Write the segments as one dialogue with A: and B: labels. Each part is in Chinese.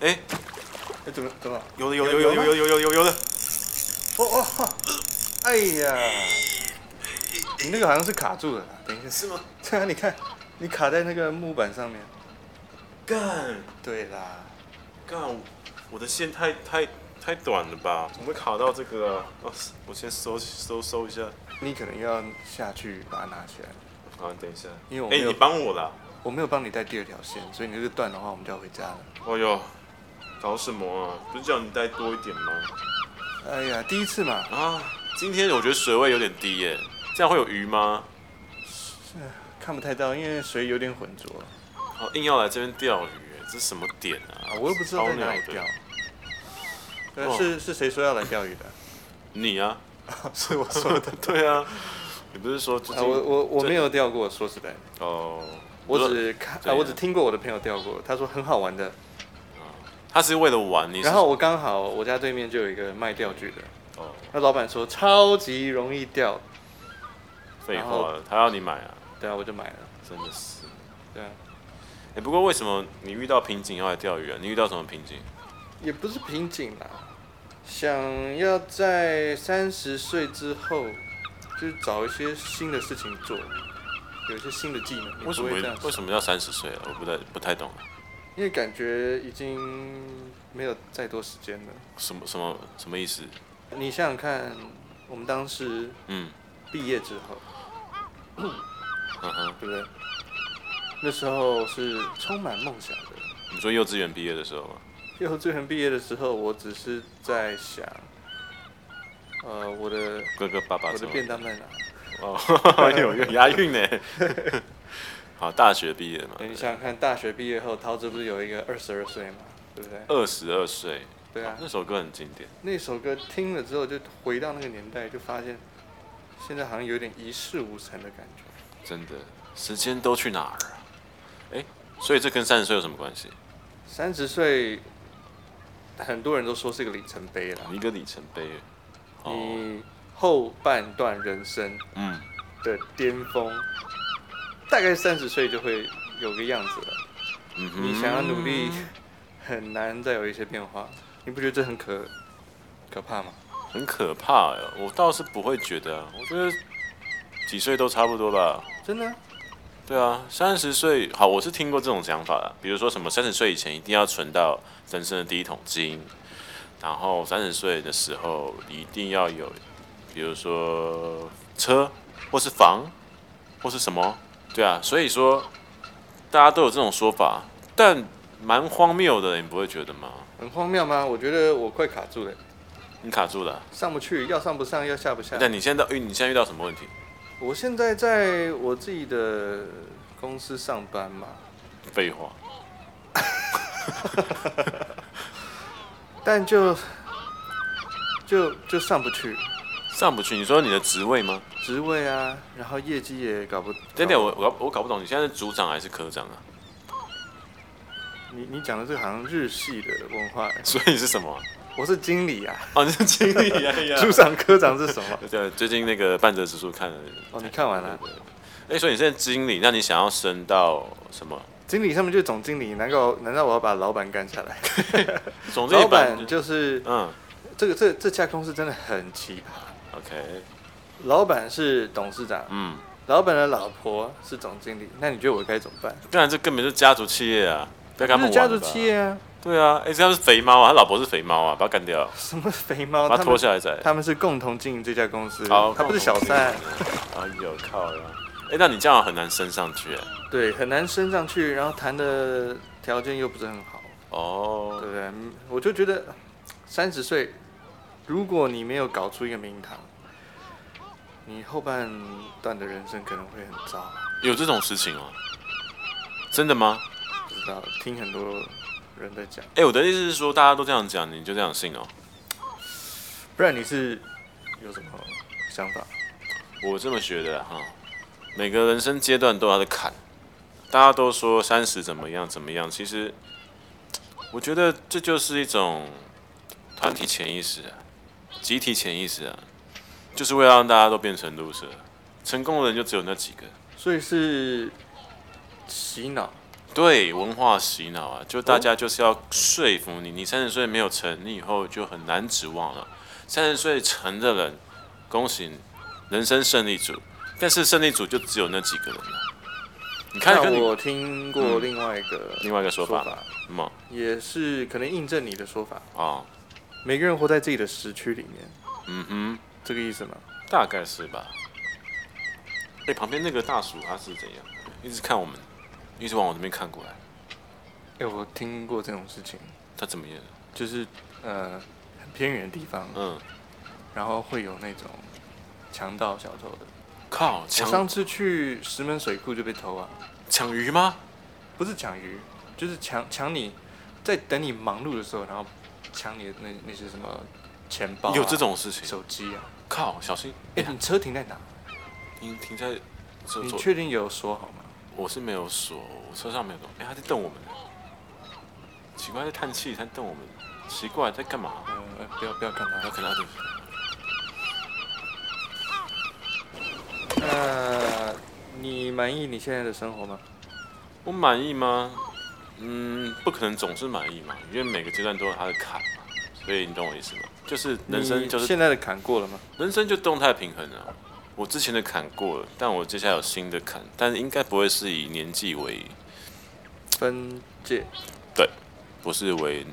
A: 哎，
B: 哎，怎么怎么？
A: 有的有的有有有有有有有的，
B: 哦哦，哎呀，你那个好像是卡住了啦，等一下。
A: 是吗？
B: 对啊，你看，你卡在那个木板上面。
A: 干
B: 对啦，
A: 干，我的线太太太短了吧？怎么会卡到这个啊？哦，我先收收收一下。
B: 你可能要下去把它拿起来。
A: 好，等一下，
B: 因为我没
A: 哎，
B: 有
A: 你帮我啦。
B: 我没有帮你带第二条线，所以你这个断的话，我们就要回家了。
A: 哎呦，搞什么啊？不是叫你带多一点吗？
B: 哎呀，第一次嘛，
A: 啊，今天我觉得水位有点低耶，这样会有鱼吗？
B: 看不太到，因为水有点浑浊
A: 哦，硬要来这边钓鱼耶，这是什么点啊
B: 啊，？我又不知道在哪里
A: 超鸟
B: 钓
A: 的。。
B: 对
A: 哦
B: 啊，是是谁说要来钓鱼的？
A: 你啊？
B: 是我 说的。
A: 对啊，你不是说最
B: 啊，
A: 近
B: 我我我
A: 这
B: 没有钓过，说实在的，
A: 哦，
B: 我
A: 不是
B: 只看
A: 对
B: 啊，
A: 啊
B: 我只听过我的朋友钓过，他说很好玩的。
A: 他是为了玩，你是
B: 然后我刚好我家对面就有一个卖钓具的，
A: 哦，
B: 那老板说超级容易钓，
A: 废
B: 然后
A: 话，他要你买啊，
B: 对啊，我就买了。
A: 真的是。
B: 对啊，
A: 哎、不过为什么你遇到瓶颈要来钓鱼啊？你遇到什么瓶颈？
B: 也不是瓶颈啦，想要在三十岁之后，就是找一些新的事情做，有一些新的技能。你
A: 为什
B: 不
A: 么
B: 会这样想
A: 为什么要三十岁啊？我不太不太懂，
B: 因为感觉已经没有再多时间了。
A: 什么什么什么意思？
B: 你想想看，我们当时
A: 嗯，
B: 毕业之后，
A: 嗯哼，
B: 对不对？那时候是充满梦想的。
A: 你说幼稚园毕业的时候吗？
B: 幼稚园毕业的时候，我只是在想，呃，我的
A: 哥哥爸爸
B: 我
A: 怎
B: 的哎
A: 么？
B: 便当在哪？
A: 哦，有有 押韵呢。好，大学毕业嘛，
B: 对，你想想看，大学毕业后，陶喆不是有一个二十二岁嘛，对不对？
A: 二十二岁，
B: 对啊，
A: 那首歌很经典。
B: 那首歌听了之后，就回到那个年代，就发现现在好像有点一事无成的感觉。
A: 真的，时间都去哪儿啊？哎、所以这跟三十岁有什么关系？
B: 三十岁，很多人都说是个里程碑啦。
A: 一个里程碑。哦，
B: 你后半段人生
A: 嗯，
B: 的巅峰，大概三十岁就会有个样子了。
A: 嗯哼
B: 你想要努力， 很难再有一些变化。你不觉得这很可可怕吗？
A: 很可怕呀、我倒是不会觉得啊，我觉得几岁都差不多吧。
B: 真的啊，
A: 对啊，三十岁好，我是听过这种想法的，比如说什么三十岁以前一定要存到人生的第一桶金，然后三十岁的时候你一定要有，比如说车或是房或是什么，对啊，所以说大家都有这种说法，但蛮荒谬的，你不会觉得吗？
B: 很荒谬吗？我觉得我快卡住了，
A: 你卡住了啊、
B: 上不去，要上不上，要下不下。
A: 但你现在到遇你现在遇到什么问题？
B: 我现在在我自己的公司上班嘛，
A: 废话，
B: 但就就就上不去，
A: 上不去。你说你的职位吗？
B: 职位啊，然后业绩也搞不。
A: 等等，
B: 搞不
A: 我我搞我搞不懂，你现在是组长还是科长啊？
B: 你你讲的这个好像日系的文化欸，
A: 所以你是什么啊、
B: 我是经理啊，
A: 哦，你是经理啊哎 呀！
B: 组长科长是什 么？
A: 对，啊最近那个半泽直树看了。
B: 哦你看完了
A: 对？对对哎，所以你现在经理，那你想要升到什么？
B: 经理上面就是总经理，难道难道我要把老板干下来？
A: 总经理
B: 老
A: 本
B: 板就是
A: 嗯
B: 这个这这家公司真的很奇葩，
A: ，OK，
B: 老板是董事长，
A: 嗯，
B: 老板的老婆是总经理，那你觉得我该怎么办？
A: 当然这根本就是家族企业啊，不要跟他
B: 这
A: 们
B: 是家
A: 玩
B: 族
A: 了吧
B: 企。业啊，
A: 对啊，哎，这他是肥猫啊，他老婆是肥猫啊，把他干掉，
B: 什么肥猫，
A: 把
B: 哦他
A: 他
B: 们
A: 拖下来再。
B: 他们是共同经营这家公司，
A: 好
B: 他不是小三，
A: 哎呦靠呀！哎，那你这样很难升上去哎。
B: 对，很难升上去，然后谈的条件又不是很好，
A: 哦
B: 对，不对？嗯我就觉得三十岁，如果你没有搞出一个名堂，你后半段的人生可能会很糟，
A: 有这种事情哦？真的吗？
B: 不知道，听很多人在讲，
A: 哎、我的意思是说，大家都这样讲，你就这样信哦。
B: 不然你是有什么想法？
A: 我这么觉得啊啦哈，每个人生阶段都有他的坎，大家都说三十怎么样怎么样，其实我觉得这就是一种团体潜意识啊，集体潜意识啊，就是为了让大家都变成 loser，成功的人就只有那几个。
B: 所以是洗脑，
A: 对文化洗脑啊，就大家就是要说服
B: 哦
A: 你，你三十岁没有成，你以后就很难指望了。三十岁成的人，恭喜你人生胜利组，但是胜利组就只有那几个人了。你看，
B: 那
A: 跟你
B: 我听过另外一个、
A: 另外一个说
B: 嗯说
A: 法，嗯啊、
B: 也是可能印证你的说法。
A: 哦，
B: 每个人活在自己的时区里面，
A: 嗯哼。
B: 这个意思吗？
A: 大概是吧。哎、旁边那个大叔他是怎样？一直看我们，一直往我这边看过来。
B: 哎、我听过这种事情，
A: 他怎么样？
B: 就是呃很偏远的地方，
A: 嗯，
B: 然后会有那种强盗小偷的。
A: 靠，
B: 我上
A: 抢
B: 次去石门水库就被偷啊，
A: 抢鱼吗？
B: 不是抢鱼，就是抢抢你在等你忙碌的时候，然后抢你的那那些什么钱包啊、
A: 有这种事情？
B: 手机啊。
A: 靠，小心！
B: 哎、
A: 哎、
B: 你车停在哪？
A: 你停在这
B: 你
A: 左，
B: 确定有锁好吗？
A: 我是没有锁，我车上没有锁。哎、他在瞪我们呢。奇怪，在叹气，他瞪我们。奇怪，在干嘛？
B: 嗯、呃，不要不要看
A: 然后
B: 它。
A: 看他的，
B: 那、呃你满意你现在的生活吗？
A: 我满意吗？嗯，不可能总是满意嘛，因为每个阶段都有他的坎嘛。所以你懂我意思吗？就是人生就是
B: 你现在的坎过了吗？
A: 人生就动态平衡啊。我之前的坎过了，但我接下来有新的坎，但应该不会是以年纪为，
B: 分界。
A: 不是为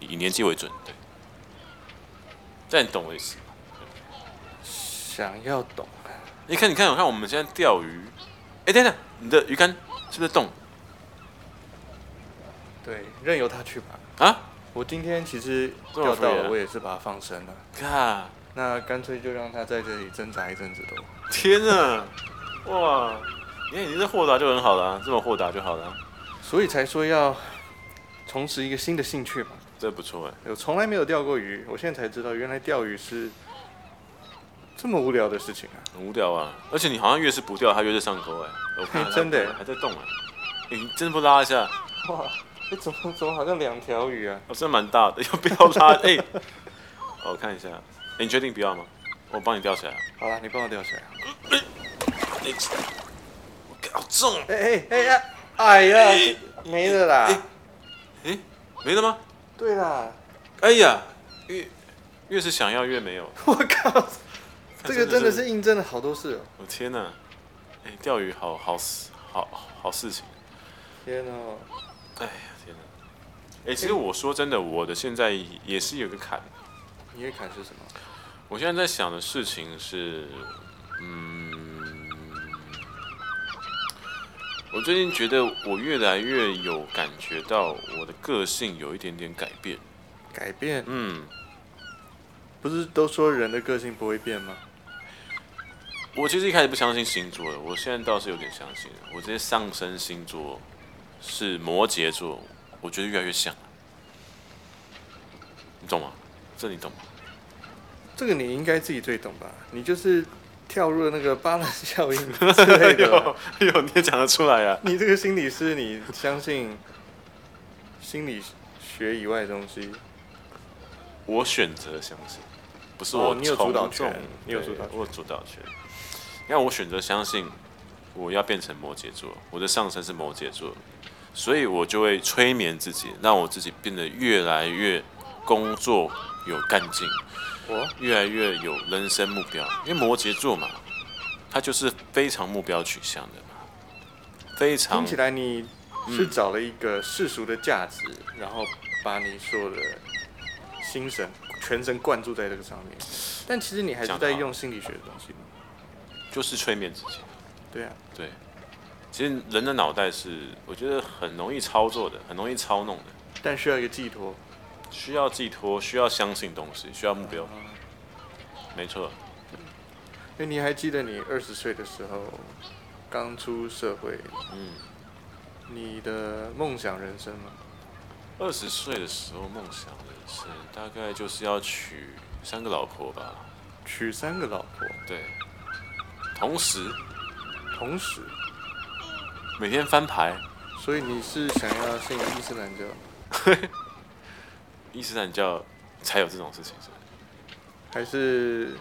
A: 以年纪为准，对。但你懂我意思吗？
B: 想要懂，
A: 你看，你看，我看我们现在钓鱼，哎、等等，你的鱼竿是不是动
B: 对，任由它去吧。
A: 啊？
B: 我今天其实
A: 这么
B: 钓到
A: free 啊
B: 了，我也是把它放生了。
A: 看，
B: 那干脆就让它在这里挣扎一阵子都。
A: 天啊，哇！你看你这豁达就很好了、啊这么豁达就好了、
B: 所以才说要重拾一个新的兴趣嘛。
A: 这不错哎、
B: 我从来没有钓过鱼，我现在才知道原来钓鱼是这么无聊的事情啊！
A: 很无聊啊。而且你好像越是不钓，它越是上钩哎、我看 它
B: 真的耶
A: 还在动哎、诶你真的不拉一下？
B: 哇，哎，怎么怎么好像两条鱼啊？
A: 哦，真的蛮大的，要 不要拉？哎、哦我看一下，哎、你确定不要吗？我帮你吊起来。
B: 好了，你帮我钓起来。啊
A: 哎、我靠好重哦！
B: 哎哎哎呀，哎呀，没了啦！
A: 哎、没了吗？
B: 对啦，
A: 哎呀，越越是想要越没有。
B: 我靠，这个真
A: 看
B: 的是印证了好多事哦。
A: 我天哪！哎、钓鱼好好事，好好事情。
B: 天哦，
A: 哎呀，天哪！哎、其实我说真的，我的现在也是有个坎。
B: 你的坎是什么？
A: 我现在在想的事情是，嗯，我最近觉得我越来越有感觉到我的个性有一点点改变。
B: 改变？
A: 嗯，
B: 不是都说人的个性不会变吗？
A: 我其实一开始不相信星座的，我现在倒是有点相信了。我这些上升星座是摩羯座，我觉得越来越像了。你懂吗？这你懂吗？
B: 这个你应该自己最懂吧？你就是跳入了那个巴兰效应之类的。
A: 有，你也讲得出来啊？
B: 你这个心理师，你相信心理学以外的东西？
A: 我选择相信，不是
B: 哦
A: 我从众、
B: 你有主导权你有
A: 对
B: 主导权
A: 我有主导权。你看，我选择相信，我要变成摩羯座，我的上身是摩羯座，所以我就会催眠自己，让我自己变得越来越工作有干劲，
B: 我
A: 越来越有人生目标。因为摩羯座嘛，他就是非常目标取向的嘛，非常
B: 听起来你是找了一个世俗的价值，然后把你所有的心神全神贯注在这个上面，但其实你还是
A: 讲得
B: 在
A: 好
B: 用心理学的东西嘛。
A: 就是催眠自己。
B: 对啊，
A: 对，其实人的脑袋是我觉得很容易操作的，很容易操弄的。
B: 但需要一个寄托。
A: 需要寄托，需要相信东西，需要目标，没错。
B: 哎，你还记得你二十岁的时候，刚出社会，
A: 嗯，
B: 你的梦想人生吗？
A: 二十岁的时候梦想人生大概就是要娶三个老婆吧，
B: 娶三个老婆，
A: 对。同时
B: 同时，
A: 每天翻牌，
B: 所以你是想要信伊斯兰教？
A: 伊斯兰教才有这种事情是不
B: 还是
A: 是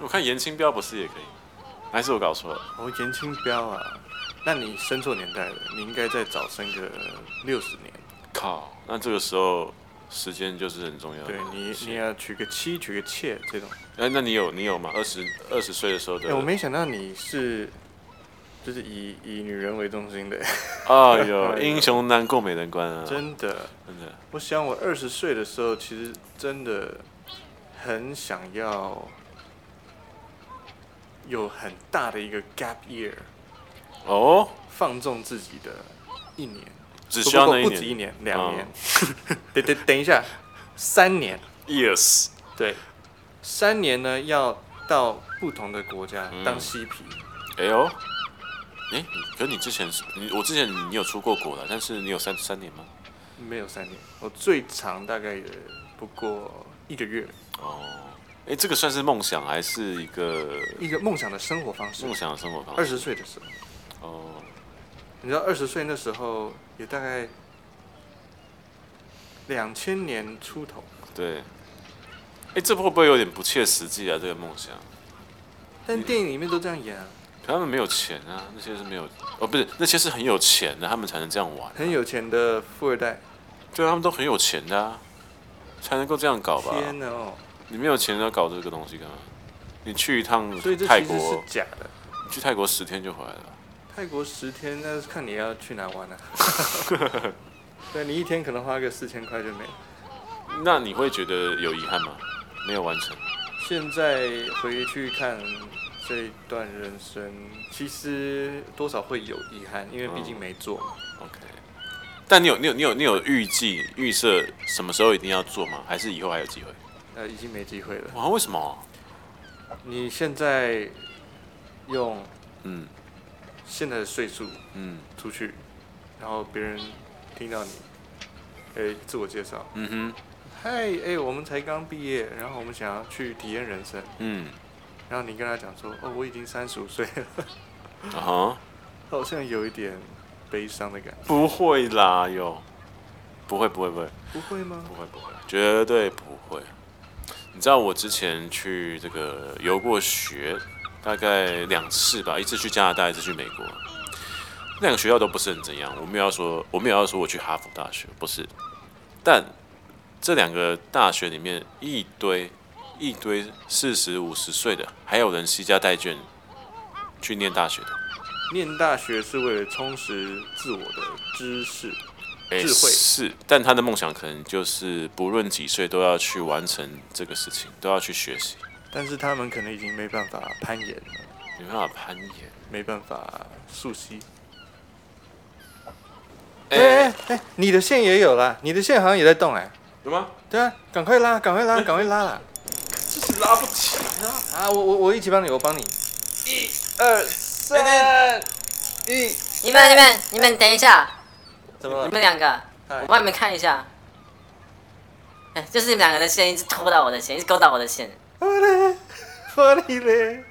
A: 我看严清标不是也可以，还是我搞错了？
B: 哦，严清标啊，那你生错年代了，你应该再早生个六十年。
A: 靠，那这个时候时间就是很重要的
B: 对你，
A: 是
B: 你要娶个妻，娶个妾这种。
A: 哎，那你有你有吗？二十二十岁的时候
B: 哎、
A: 的，
B: 我没想到你是，就是以以女人为中心的，
A: 哎呦，
B: 哎呦
A: 英雄难过美人关啊，真
B: 真的。
A: 的，
B: 我想我二十岁的时候，其实真的很想要有很大的一个 gap year，
A: 哦，
B: 放纵自己的一年，
A: 只需要
B: 不
A: 那
B: 不不止一
A: 年
B: 年，两
A: 嗯
B: 年， 等等等一下，三年，
A: ，yes，
B: 对，三年呢要到不同的国家
A: 嗯
B: 当嬉皮，
A: 哎呦，哎，你可你之前是你我之前你有出过国了，但是你有三三年吗？
B: 没有三年，我最长大概也不过一个月，
A: 哦，哎，这个算是梦想还是一个
B: 一个梦想的生活方式
A: 梦。想的生活方
B: 二
A: 式？
B: 十岁的时候。
A: 哦，
B: 你知道二十岁那时候也大概两千年出头，
A: 对，哎，这会不会有点不切实际啊？这个梦想，
B: 但
A: 嗯
B: 电影里面都这样演啊，
A: 可他们没有钱啊，那些是没有，哦，不是，那些是很有钱的，他们才能这样玩。
B: 很有钱的富二代，
A: 对啊，他们都很有钱的、啊，才能够这样搞吧？
B: 天哪哦！
A: 你没有钱要搞这个东西干嘛？你去一趟
B: 所以这
A: 泰
B: 其实是
A: 国，
B: 假的。
A: 你去泰国十天就回来了。
B: 泰国十天，那是看你要去哪 玩了、啊对你一天可能花个四千块就没了。
A: 那你会觉得有遗憾吗？没有完成，
B: 现在回去看这一段人生，其实多少会有遗憾，因为毕竟没做嘛。
A: ，OK。但你有你有你有你有预计预设什么时候一定要做吗？还是以后还有机会？
B: 呃，已经没机会了。
A: 哇，为什么？
B: 你现在用
A: 嗯
B: 现在的岁数
A: 嗯
B: 出去，然后别人听到你，哎、自我介绍，
A: 嗯
B: 嗨，哎、我们才刚毕业，然后我们想要去体验人生，
A: 哼嗯，
B: 然后你跟他讲说，哦，我已经三十五岁了，
A: 啊哈，
B: 好像有一点悲伤的感觉，
A: 不会啦，哟，不会不会不会，
B: 不会吗？
A: 不会不会，绝对不会。你知道我之前去这个游过学，大概两次吧，一次去加拿大，一次去美国。那两个学校都不是很怎样，我没有要说，我没有要说我去哈佛大学，不是。但这两个大学里面一堆一堆四十五十岁的，还有人惜家带眷去念大学的，
B: 念大学是为了充实自我的知识，
A: 诶
B: 智慧
A: 哎是，但他的梦想可能就是不论几岁都要去完成这个事情，都要去学习。
B: 但是他们可能已经没办法攀岩了，
A: 没办法攀岩。
B: 没办法溯溪。
A: 哎、
B: 哎哎哎，你的线也有啦，你的线好像也在动哎、
A: 有吗？
B: 对啊，赶快拉，赶快拉，赶快拉啦！
A: 这是拉不起啊！
B: 啊，我我我一起帮你，我帮你。
C: 二三一，
D: 你们、你们、你们等一下，
B: 怎
D: 你们两个，
B: 嗨
D: 我帮你们看一下。 哎，就是你们两个的线一直拖到我的线，一直勾到我的线。
B: 我嘞，我嘞嘞，